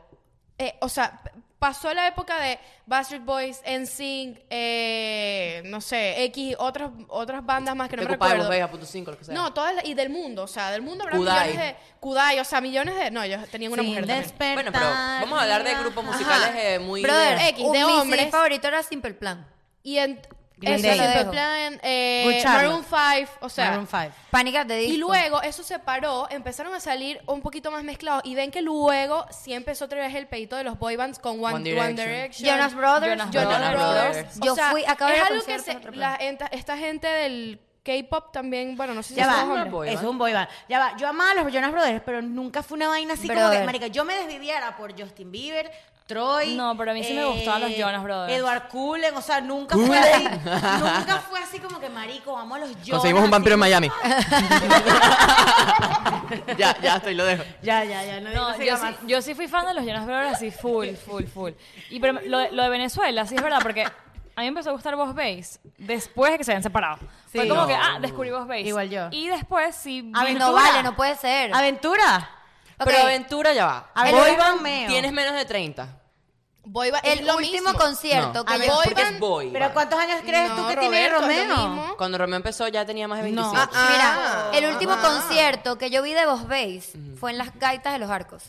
[SPEAKER 7] Eh, o sea, p- pasó la época de Bastard Boys, NSYNC, eh, no sé, X, otras, otras bandas más que no
[SPEAKER 1] te
[SPEAKER 7] me
[SPEAKER 1] ocupaba de
[SPEAKER 7] recuerdo.
[SPEAKER 1] Vega, punto cinco, lo que sea.
[SPEAKER 7] No, todas las- y del mundo, o sea, del mundo habrá
[SPEAKER 1] Kudai.
[SPEAKER 7] millones de Kudai, o sea, millones de, no, ellos tenían una
[SPEAKER 6] Sin
[SPEAKER 7] mujer también.
[SPEAKER 6] despertar.
[SPEAKER 1] Bueno, pero vamos a hablar de grupos musicales eh, muy...
[SPEAKER 2] Brother,
[SPEAKER 1] de-
[SPEAKER 7] X,
[SPEAKER 2] un-
[SPEAKER 7] de
[SPEAKER 2] mi
[SPEAKER 7] hombres.
[SPEAKER 2] sí favorito era Simple Plan.
[SPEAKER 7] Y en
[SPEAKER 6] Green
[SPEAKER 7] eso,
[SPEAKER 6] Day.
[SPEAKER 7] Simple
[SPEAKER 2] Lo dejo.
[SPEAKER 7] Plan, eh,
[SPEAKER 6] Good Charlotte.
[SPEAKER 7] Maroon 5, o sea,
[SPEAKER 6] Maroon five.
[SPEAKER 2] Panic at the Disco.
[SPEAKER 7] y luego eso se paró, empezaron a salir un poquito más mezclados y ven que luego sí empezó otra vez el pedito de los boy bands con One,
[SPEAKER 1] One Direction.
[SPEAKER 7] One Direction.
[SPEAKER 2] Jonas Brothers.
[SPEAKER 4] Jonas
[SPEAKER 7] Jonas
[SPEAKER 1] Jonas
[SPEAKER 7] Brothers.
[SPEAKER 1] Brothers.
[SPEAKER 7] O
[SPEAKER 2] Yo
[SPEAKER 7] sea,
[SPEAKER 2] fui- acabo de
[SPEAKER 7] es
[SPEAKER 2] ir al
[SPEAKER 7] algo que
[SPEAKER 2] concierto
[SPEAKER 7] se,
[SPEAKER 2] con otro
[SPEAKER 7] la, enta- esta gente del K-pop también, bueno, no sé si
[SPEAKER 6] Ya
[SPEAKER 7] son
[SPEAKER 6] va,
[SPEAKER 7] los hombres.
[SPEAKER 1] boy
[SPEAKER 6] eso es
[SPEAKER 1] band.
[SPEAKER 6] un boy band. Ya va, yo amaba a los Jonas Brothers, pero nunca fue una vaina así como
[SPEAKER 2] Brother.
[SPEAKER 6] que, marica, yo me desviviera por Justin Bieber, Troy. eh,
[SPEAKER 4] No, pero a mí sí me gustaban los Jonas Brothers.
[SPEAKER 6] Edward Cullen, o sea, nunca fue
[SPEAKER 1] [LAUGHS]
[SPEAKER 6] así, nunca fue así como que, marico, vamos a los Jonas.
[SPEAKER 1] Conseguimos un
[SPEAKER 6] así.
[SPEAKER 1] vampiro en Miami. ya, ya estoy, lo dejo.
[SPEAKER 6] Ya, ya, ya, no,
[SPEAKER 4] No,
[SPEAKER 6] no
[SPEAKER 4] yo
[SPEAKER 6] siga
[SPEAKER 4] sí,
[SPEAKER 6] más.
[SPEAKER 4] yo sí fui fan de los Jonas Brothers, así full, full, full. Y pero lo, de- lo de Venezuela, sí es verdad, porque a mí me empezó a gustar Vos Bass después de que se habían separado. Fue
[SPEAKER 6] Sí.
[SPEAKER 4] como
[SPEAKER 6] No.
[SPEAKER 4] que, ah, descubrí Vos Bass.
[SPEAKER 6] Igual yo.
[SPEAKER 4] Y después sí.
[SPEAKER 6] A
[SPEAKER 4] vi-
[SPEAKER 6] ver,
[SPEAKER 2] Ah, No
[SPEAKER 6] Aventura.
[SPEAKER 2] vale, no puede ser.
[SPEAKER 6] ¿Aventura?
[SPEAKER 2] Ok,
[SPEAKER 1] Pero aventura ya va.
[SPEAKER 6] A ver,
[SPEAKER 1] Boy
[SPEAKER 6] el
[SPEAKER 1] band,
[SPEAKER 6] Romeo.
[SPEAKER 1] tienes menos de 30.
[SPEAKER 7] Boy band, es
[SPEAKER 2] el
[SPEAKER 7] lo
[SPEAKER 2] último
[SPEAKER 7] mismo.
[SPEAKER 2] concierto
[SPEAKER 1] No.
[SPEAKER 2] que
[SPEAKER 7] A
[SPEAKER 2] yo
[SPEAKER 7] Boy
[SPEAKER 1] porque es
[SPEAKER 7] band,
[SPEAKER 1] boy
[SPEAKER 6] ¿Pero
[SPEAKER 1] band.
[SPEAKER 6] cuántos años crees tú
[SPEAKER 7] No,
[SPEAKER 6] que tiene
[SPEAKER 7] Roberto, es lo
[SPEAKER 6] Romeo?
[SPEAKER 7] mismo.
[SPEAKER 1] Cuando Romeo empezó ya tenía más de 25.
[SPEAKER 6] No.
[SPEAKER 7] Ah,
[SPEAKER 2] Mira, el último
[SPEAKER 7] ah.
[SPEAKER 2] concierto que yo vi de Vos Bass fue en las gaitas de los arcos.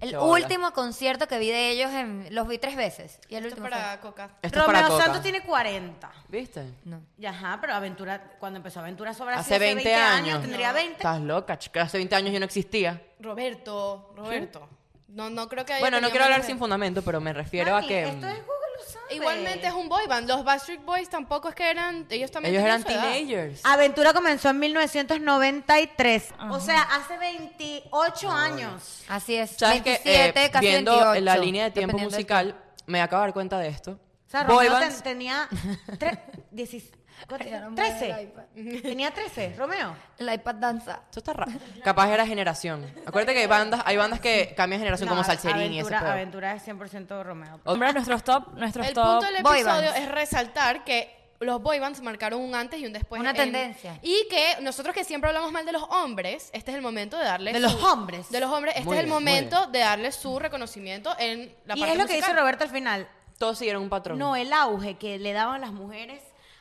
[SPEAKER 2] El
[SPEAKER 1] Qué bola.
[SPEAKER 2] último concierto que vi de ellos, en, los vi tres veces. Y el
[SPEAKER 7] Esto
[SPEAKER 2] último
[SPEAKER 7] es para Coca.
[SPEAKER 1] Esto es para
[SPEAKER 6] Romeo
[SPEAKER 1] Coca.
[SPEAKER 6] Santos tiene 40.
[SPEAKER 1] ¿Viste?
[SPEAKER 2] fue- No.
[SPEAKER 6] Y Ajá, pero Aventura, cuando empezó Aventura sobre
[SPEAKER 1] Hace 20, años.
[SPEAKER 6] tendría 20.
[SPEAKER 1] Estás loca, chica. Hace 20 años yo no existía.
[SPEAKER 7] Roberto, Roberto. No, no creo que haya
[SPEAKER 1] Bueno, no
[SPEAKER 7] tenido
[SPEAKER 1] quiero
[SPEAKER 7] más
[SPEAKER 1] hablar
[SPEAKER 7] de-
[SPEAKER 1] sin fundamento, pero me refiero
[SPEAKER 6] Mami,
[SPEAKER 1] a que... mm,
[SPEAKER 6] Esto es Google, lo sabe.
[SPEAKER 7] Igualmente es un boy band. Los Backstreet Boys tampoco es que eran. Ellos también
[SPEAKER 1] Ellos
[SPEAKER 7] tenían
[SPEAKER 1] eran
[SPEAKER 7] su edad.
[SPEAKER 1] teenagers.
[SPEAKER 6] Aventura comenzó en 1993. O sea, hace 28 años.
[SPEAKER 2] Así es.
[SPEAKER 1] ¿Sabes qué?
[SPEAKER 2] 27,
[SPEAKER 1] Eh,
[SPEAKER 2] casi
[SPEAKER 1] viendo
[SPEAKER 2] 28,
[SPEAKER 1] la línea de tiempo
[SPEAKER 2] dependiendo del
[SPEAKER 1] musical, me acabo de dar cuenta de esto.
[SPEAKER 6] O sea,
[SPEAKER 1] boy
[SPEAKER 6] Romeo ten-
[SPEAKER 1] bands-
[SPEAKER 6] tenía tre- diecis- ¿cuánto?
[SPEAKER 2] Ay, ya no me da el
[SPEAKER 6] 13. [LAUGHS] Tenía 13, Romeo.
[SPEAKER 2] tiempo. La iPad danza.
[SPEAKER 1] Esto está raro. Capaz era generación. Acuérdate que hay bandas, hay bandas que cambian generación como
[SPEAKER 6] No,
[SPEAKER 1] Salserín y ese
[SPEAKER 6] Aventura,
[SPEAKER 1] pedo.
[SPEAKER 6] Aventura es 100% Romeo.
[SPEAKER 4] Hombre, nuestros top, nuestros
[SPEAKER 7] El
[SPEAKER 4] top.
[SPEAKER 7] punto del
[SPEAKER 2] Boy
[SPEAKER 7] episodio
[SPEAKER 2] bands.
[SPEAKER 7] es resaltar que los boy bands marcaron un antes y un después.
[SPEAKER 2] Una
[SPEAKER 7] en-
[SPEAKER 2] tendencia.
[SPEAKER 7] Y que nosotros que siempre hablamos mal de los hombres, este es el momento de darles.
[SPEAKER 6] De los
[SPEAKER 7] su-
[SPEAKER 6] hombres.
[SPEAKER 7] De los hombres, este
[SPEAKER 1] Muy
[SPEAKER 7] es el
[SPEAKER 1] bien, muy
[SPEAKER 7] momento de darles su reconocimiento en la
[SPEAKER 6] y
[SPEAKER 7] parte
[SPEAKER 6] es lo que dice
[SPEAKER 7] musical.
[SPEAKER 6] Roberto al final.
[SPEAKER 1] Todos siguieron un patrón.
[SPEAKER 6] No, eh. el auge que le daban las mujeres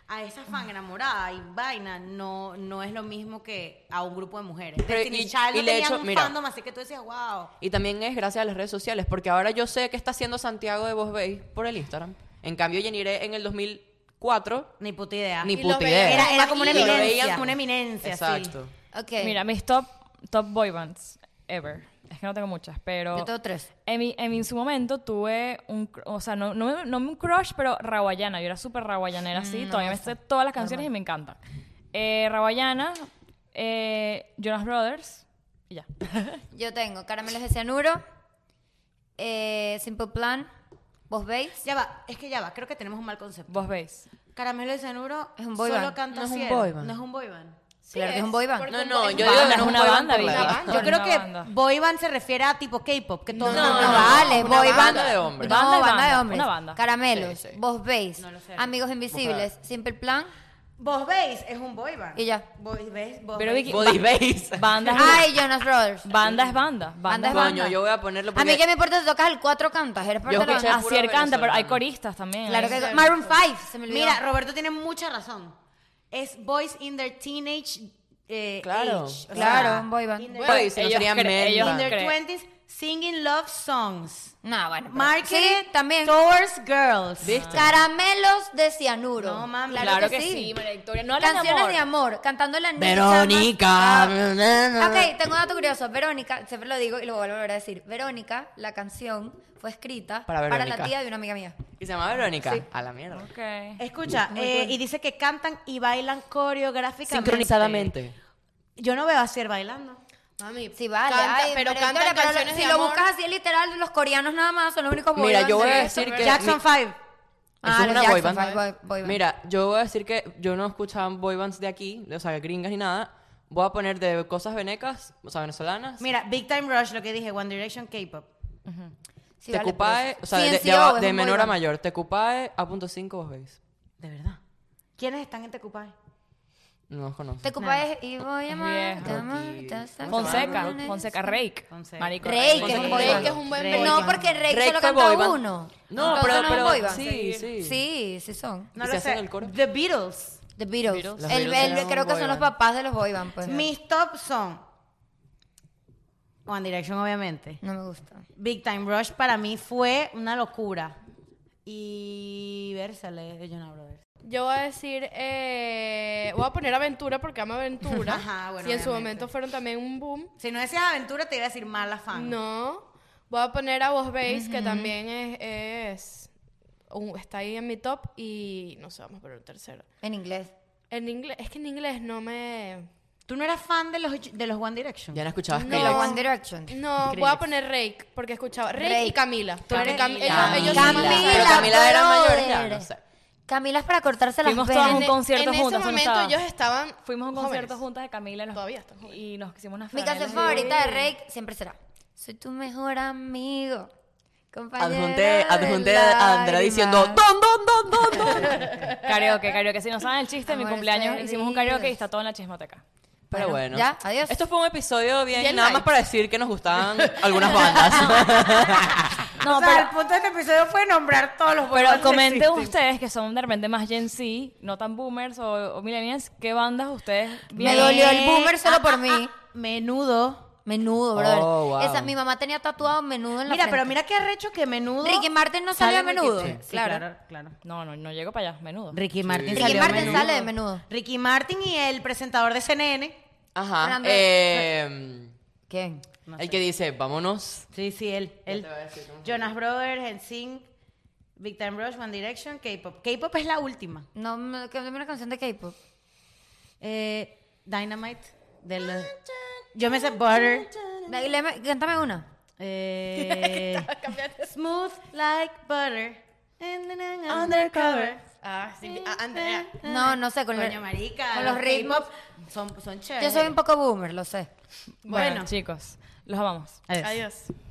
[SPEAKER 6] a esa fan enamorada y vaina no, no es lo mismo que a un grupo de mujeres.
[SPEAKER 1] Pero
[SPEAKER 6] Destiny
[SPEAKER 1] y-
[SPEAKER 6] Child no
[SPEAKER 1] y le
[SPEAKER 6] tenían
[SPEAKER 1] echo-
[SPEAKER 6] un
[SPEAKER 1] mira.
[SPEAKER 6] fandom, así que tú decías, wow.
[SPEAKER 1] Y también es gracias a las redes sociales, porque ahora yo sé qué está haciendo Santiago de Bosbey por el Instagram. En cambio, Jeniré en el 2004,
[SPEAKER 6] Ni puta idea.
[SPEAKER 1] ni
[SPEAKER 7] lo
[SPEAKER 1] puta
[SPEAKER 7] veía-
[SPEAKER 1] idea.
[SPEAKER 6] Era, era como una
[SPEAKER 7] Y lo
[SPEAKER 1] veían-
[SPEAKER 6] eminencia. Como una eminencia, sí.
[SPEAKER 1] Exacto.
[SPEAKER 2] Ok.
[SPEAKER 4] Mira, mis top, top boy bands ever. Es que no tengo muchas, pero...
[SPEAKER 2] Yo tengo tres.
[SPEAKER 4] En, mi- en, mi- en su momento tuve un... cr- O sea, no, no, no un crush, pero raguayana. Yo era súper raguayanera, así. Todavía me sé todas las canciones y me encantan. Eh, raguayana, eh, Jonas Brothers, y ya.
[SPEAKER 2] Yo tengo caramelos de cianuro, eh, Simple Plan, ¿vos veis?
[SPEAKER 6] Ya va, es que ya va, creo que tenemos un mal concepto.
[SPEAKER 4] Vos veis.
[SPEAKER 6] Caramelo de Cianuro
[SPEAKER 2] Es un boy
[SPEAKER 6] solo
[SPEAKER 2] band.
[SPEAKER 6] canta
[SPEAKER 1] No es un
[SPEAKER 6] cielo,
[SPEAKER 1] boy band.
[SPEAKER 6] No es un boy band.
[SPEAKER 2] claro que es un boy band.
[SPEAKER 7] porque
[SPEAKER 1] No,
[SPEAKER 7] un
[SPEAKER 1] no,
[SPEAKER 7] boy-
[SPEAKER 1] yo
[SPEAKER 4] banda,
[SPEAKER 1] digo que
[SPEAKER 4] es
[SPEAKER 1] no es
[SPEAKER 4] una
[SPEAKER 1] una
[SPEAKER 4] banda,
[SPEAKER 1] banda, por la
[SPEAKER 4] Vicky.
[SPEAKER 1] edad.
[SPEAKER 7] No,
[SPEAKER 6] Yo creo
[SPEAKER 4] Ah, una
[SPEAKER 6] que
[SPEAKER 4] banda.
[SPEAKER 6] boy band se refiere a tipo K-pop, que todo
[SPEAKER 2] No,
[SPEAKER 6] el
[SPEAKER 2] no,
[SPEAKER 6] mundo-
[SPEAKER 1] no,
[SPEAKER 2] vale,
[SPEAKER 1] una
[SPEAKER 2] boy
[SPEAKER 1] banda
[SPEAKER 2] band.
[SPEAKER 1] de hombres.
[SPEAKER 2] No,
[SPEAKER 4] Banda de
[SPEAKER 2] banda de
[SPEAKER 4] banda,
[SPEAKER 2] hombres.
[SPEAKER 4] una banda.
[SPEAKER 2] Caramelos,
[SPEAKER 1] Sí, sí.
[SPEAKER 2] vos veis,
[SPEAKER 6] No lo sé.
[SPEAKER 2] amigos invisibles, Simple Plan.
[SPEAKER 6] Vos veis, es un boy band.
[SPEAKER 2] Y ya.
[SPEAKER 6] Vos veis, vos
[SPEAKER 4] Pero
[SPEAKER 6] veis.
[SPEAKER 4] Vicky,
[SPEAKER 1] Body base. [LAUGHS]
[SPEAKER 4] Banda es
[SPEAKER 2] Ay, Jonas Brothers.
[SPEAKER 4] Banda es banda.
[SPEAKER 2] Banda
[SPEAKER 4] Banda
[SPEAKER 2] es
[SPEAKER 4] es
[SPEAKER 2] banda.
[SPEAKER 1] Coño, yo voy a ponerlo
[SPEAKER 2] A
[SPEAKER 1] porque...
[SPEAKER 2] mí que me importa si tocas el cuatro cantas, eres parte
[SPEAKER 1] Yo
[SPEAKER 2] de la
[SPEAKER 1] escuché
[SPEAKER 2] banda.
[SPEAKER 1] es
[SPEAKER 4] Así
[SPEAKER 1] puro
[SPEAKER 4] él canta, pero hay
[SPEAKER 1] venezolano.
[SPEAKER 4] coristas también.
[SPEAKER 2] Claro
[SPEAKER 4] ¿eh?
[SPEAKER 2] que Maroon 5, se me olvidó.
[SPEAKER 6] Mira, Roberto tiene mucha razón. Es boys in their teenage eh,
[SPEAKER 1] Claro,
[SPEAKER 6] age. O
[SPEAKER 2] claro,
[SPEAKER 6] sea,
[SPEAKER 2] un boy band.
[SPEAKER 6] in their-
[SPEAKER 1] Boy, si no
[SPEAKER 4] Ellos
[SPEAKER 1] sería
[SPEAKER 4] creen-
[SPEAKER 1] men
[SPEAKER 4] ellos
[SPEAKER 6] in
[SPEAKER 1] band.
[SPEAKER 6] their
[SPEAKER 4] creo.
[SPEAKER 6] 20s singing love songs.
[SPEAKER 2] No, bueno. pero-
[SPEAKER 6] Marketed
[SPEAKER 2] Sí, también.
[SPEAKER 6] towards girls.
[SPEAKER 2] Caramelos de cianuro.
[SPEAKER 6] No, mami.
[SPEAKER 2] Claro,
[SPEAKER 4] Claro
[SPEAKER 2] que,
[SPEAKER 4] que
[SPEAKER 2] sí.
[SPEAKER 4] sí, María Victoria. No hablen de
[SPEAKER 2] Canciones
[SPEAKER 4] amor.
[SPEAKER 2] de amor, cantando la niña.
[SPEAKER 1] Verónica.
[SPEAKER 4] Ah,
[SPEAKER 2] Ok, tengo un dato curioso. Verónica, siempre lo digo y lo vuelvo a volver a decir. Verónica, la canción fue escrita
[SPEAKER 1] Para
[SPEAKER 2] para la
[SPEAKER 1] Verónica.
[SPEAKER 2] tía de una amiga mía.
[SPEAKER 1] Y se llama Verónica. A la mierda.
[SPEAKER 4] Ok.
[SPEAKER 6] Escucha, eh, y dice que cantan y bailan coreográficamente.
[SPEAKER 1] Sincronizadamente.
[SPEAKER 6] Yo no veo a Cier bailando.
[SPEAKER 7] Mami,
[SPEAKER 2] Sí, vale.
[SPEAKER 7] canta,
[SPEAKER 2] ay,
[SPEAKER 7] pero
[SPEAKER 2] María
[SPEAKER 7] canta
[SPEAKER 2] Victoria, pero
[SPEAKER 7] canciones
[SPEAKER 2] Si
[SPEAKER 7] de
[SPEAKER 2] lo
[SPEAKER 7] amor.
[SPEAKER 2] buscas así literal, los coreanos nada más son los únicos boy
[SPEAKER 1] Mira,
[SPEAKER 2] bands
[SPEAKER 1] yo voy
[SPEAKER 2] de
[SPEAKER 1] a
[SPEAKER 2] eso.
[SPEAKER 1] decir que...
[SPEAKER 6] Jackson
[SPEAKER 1] mi-
[SPEAKER 6] 5.
[SPEAKER 2] Ah,
[SPEAKER 1] es
[SPEAKER 2] los
[SPEAKER 1] una
[SPEAKER 2] Jackson
[SPEAKER 1] boy band.
[SPEAKER 2] Five, boy- boy band.
[SPEAKER 1] Mira, yo voy a decir que yo no escuchaba boy bands de aquí, o sea, gringas ni nada. Voy a poner de cosas venecas, o sea, venezolanas.
[SPEAKER 6] Mira, Big Time Rush, lo que dije, One Direction K-pop.
[SPEAKER 2] Sí,
[SPEAKER 1] te
[SPEAKER 2] vale,
[SPEAKER 1] ocupae,
[SPEAKER 2] pero-
[SPEAKER 1] o sea, de- de,
[SPEAKER 2] CNCO es
[SPEAKER 1] de
[SPEAKER 2] un boy
[SPEAKER 1] menor a
[SPEAKER 2] band.
[SPEAKER 1] mayor. Te ocupae a punto 5 vos veis.
[SPEAKER 6] De verdad. ¿Quiénes están en Tecupay?
[SPEAKER 1] No los conozco.
[SPEAKER 2] Te ocupáis y voy a amar, te
[SPEAKER 4] viejo.
[SPEAKER 2] amar, te hace-
[SPEAKER 4] Fonseca. Fonseca. Rake.
[SPEAKER 6] Fonseca.
[SPEAKER 4] Marico,
[SPEAKER 2] Rey, que es
[SPEAKER 4] Fonseca.
[SPEAKER 2] un
[SPEAKER 7] Rake
[SPEAKER 2] boy
[SPEAKER 7] es
[SPEAKER 2] band.
[SPEAKER 7] un buen
[SPEAKER 2] Rey.
[SPEAKER 7] boy
[SPEAKER 2] No,
[SPEAKER 7] band.
[SPEAKER 2] porque Rey
[SPEAKER 1] Rey
[SPEAKER 2] solo
[SPEAKER 1] fue
[SPEAKER 2] canta
[SPEAKER 1] boy band.
[SPEAKER 2] uno.
[SPEAKER 1] No,
[SPEAKER 2] Entonces
[SPEAKER 1] pero,
[SPEAKER 2] no es un
[SPEAKER 1] pero
[SPEAKER 2] boy band.
[SPEAKER 1] sí, sí.
[SPEAKER 2] Sí, sí son.
[SPEAKER 6] No
[SPEAKER 1] ¿Y
[SPEAKER 6] lo
[SPEAKER 1] se
[SPEAKER 6] sé.
[SPEAKER 1] hacen el coro?
[SPEAKER 6] The Beatles.
[SPEAKER 2] The Beatles.
[SPEAKER 1] Beatles. Los Beatles
[SPEAKER 2] El, el-
[SPEAKER 1] eran un
[SPEAKER 2] creo que
[SPEAKER 1] boy
[SPEAKER 2] son los
[SPEAKER 1] band.
[SPEAKER 2] papás de los boy band, pues.
[SPEAKER 6] Mis top son One Direction, obviamente.
[SPEAKER 2] No me gusta.
[SPEAKER 6] Big Time Rush para mí fue una locura. Y Versale de Jonah Brothers.
[SPEAKER 7] Yo voy a decir, eh, voy a poner aventura porque amo aventura.
[SPEAKER 6] Ajá, bueno,
[SPEAKER 7] y en su
[SPEAKER 6] obviamente.
[SPEAKER 7] momento fueron también un boom.
[SPEAKER 6] Si no decías aventura, te iba a decir mala fan.
[SPEAKER 7] No, voy a poner a Vos Bass, que también es, es- un- está ahí en mi top. Y no sé, vamos a poner un tercero.
[SPEAKER 2] En inglés.
[SPEAKER 7] En inglés, es que en inglés no me...
[SPEAKER 6] Tú no eras fan de los, de los One Direction.
[SPEAKER 1] Ya no escuchabas
[SPEAKER 7] No.
[SPEAKER 2] De
[SPEAKER 1] Skrillex.
[SPEAKER 2] los One Direction.
[SPEAKER 7] No, voy a poner Rake, porque escuchaba Rake, y
[SPEAKER 2] Rake.
[SPEAKER 7] Camila. Tú eres Camila.
[SPEAKER 2] Camila.
[SPEAKER 7] Ellos, son más-
[SPEAKER 1] Pero Camila era mayor,
[SPEAKER 2] brother.
[SPEAKER 1] ya, no sé.
[SPEAKER 2] Camila es para cortarse las
[SPEAKER 4] Fuimos todas
[SPEAKER 2] venas.
[SPEAKER 4] un concierto
[SPEAKER 7] en ese
[SPEAKER 4] juntas. ¿no
[SPEAKER 7] momento
[SPEAKER 4] estabas?
[SPEAKER 7] ellos estaban
[SPEAKER 4] Fuimos a un
[SPEAKER 7] jóvenes.
[SPEAKER 4] concierto juntas de Camila. y nos-
[SPEAKER 7] Todavía están jóvenes.
[SPEAKER 4] Y nos hicimos unas
[SPEAKER 2] Mi canción
[SPEAKER 4] franelas.
[SPEAKER 2] favorita de Rey siempre será Soy tu mejor amigo. Compañero
[SPEAKER 1] Adjunté, adjunté
[SPEAKER 2] de
[SPEAKER 1] a Andrea
[SPEAKER 2] lágrimas.
[SPEAKER 1] diciendo don, don, don, don, don.
[SPEAKER 4] Karaoke, karaoke. Si no saben el chiste, en mi
[SPEAKER 2] Amores
[SPEAKER 4] cumpleaños hicimos un karaoke y
[SPEAKER 2] perdidos.
[SPEAKER 4] está todo en la chismoteca.
[SPEAKER 1] Pero bueno.
[SPEAKER 2] Ya, adiós.
[SPEAKER 1] Esto fue un episodio bien,
[SPEAKER 7] Bien
[SPEAKER 1] nada
[SPEAKER 7] light.
[SPEAKER 1] más para decir que nos gustaban algunas bandas.
[SPEAKER 4] No,
[SPEAKER 6] o sea,
[SPEAKER 4] pero,
[SPEAKER 6] el punto de este episodio fue nombrar todos los boy
[SPEAKER 4] pero
[SPEAKER 6] bands que
[SPEAKER 4] comenten
[SPEAKER 6] existen.
[SPEAKER 4] ustedes que son de repente más Gen Z, no tan boomers o, o millennials, ¿qué bandas ustedes
[SPEAKER 2] Me dolió el boomer solo por mí.
[SPEAKER 6] Ah, Menudo.
[SPEAKER 2] Menudo, brother.
[SPEAKER 1] Oh, wow.
[SPEAKER 2] Esa, mi mamá tenía tatuado menudo en la
[SPEAKER 6] Mira, pero
[SPEAKER 2] frente.
[SPEAKER 6] mira qué arrecho que menudo.
[SPEAKER 2] Ricky Martin no salió a
[SPEAKER 6] Ricky-
[SPEAKER 2] menudo.
[SPEAKER 6] Sí, sí,
[SPEAKER 2] Claro.
[SPEAKER 6] claro, claro.
[SPEAKER 4] No, no, no llego para allá, menudo.
[SPEAKER 6] Ricky Martin
[SPEAKER 2] Ricky
[SPEAKER 6] salió a
[SPEAKER 2] Martin sale de menudo.
[SPEAKER 6] Ricky Martin y el presentador de CNN.
[SPEAKER 1] Ajá.
[SPEAKER 2] Fernando-
[SPEAKER 1] Eh,
[SPEAKER 2] ¿Quién?
[SPEAKER 1] el que dice, vámonos.
[SPEAKER 6] Sí, sí, él. él.
[SPEAKER 1] te voy a decir cómo se
[SPEAKER 6] Jonas Brothers, NSYNC, Big Time Rush, One Direction, K-pop. K-pop es la última.
[SPEAKER 2] No, me- que dame una canción de K-pop.
[SPEAKER 6] Eh, Dynamite. De los- Yo me
[SPEAKER 2] [LAUGHS]
[SPEAKER 6] sé Butter.
[SPEAKER 2] Bailame- Cántame una.
[SPEAKER 6] Ah, eh, smooth like butter. Undercover.
[SPEAKER 7] Ah, sí, ah, Andrea.
[SPEAKER 2] No, no sé, con,
[SPEAKER 6] Coño,
[SPEAKER 2] el-
[SPEAKER 6] marica,
[SPEAKER 2] con los
[SPEAKER 6] los
[SPEAKER 2] ritmos.
[SPEAKER 6] Son, son
[SPEAKER 2] Yo
[SPEAKER 6] chéveres.
[SPEAKER 2] soy un poco boomer, lo sé.
[SPEAKER 4] Bueno,
[SPEAKER 7] Bueno.
[SPEAKER 4] chicos, los amamos.
[SPEAKER 6] Adiós.
[SPEAKER 7] Adiós.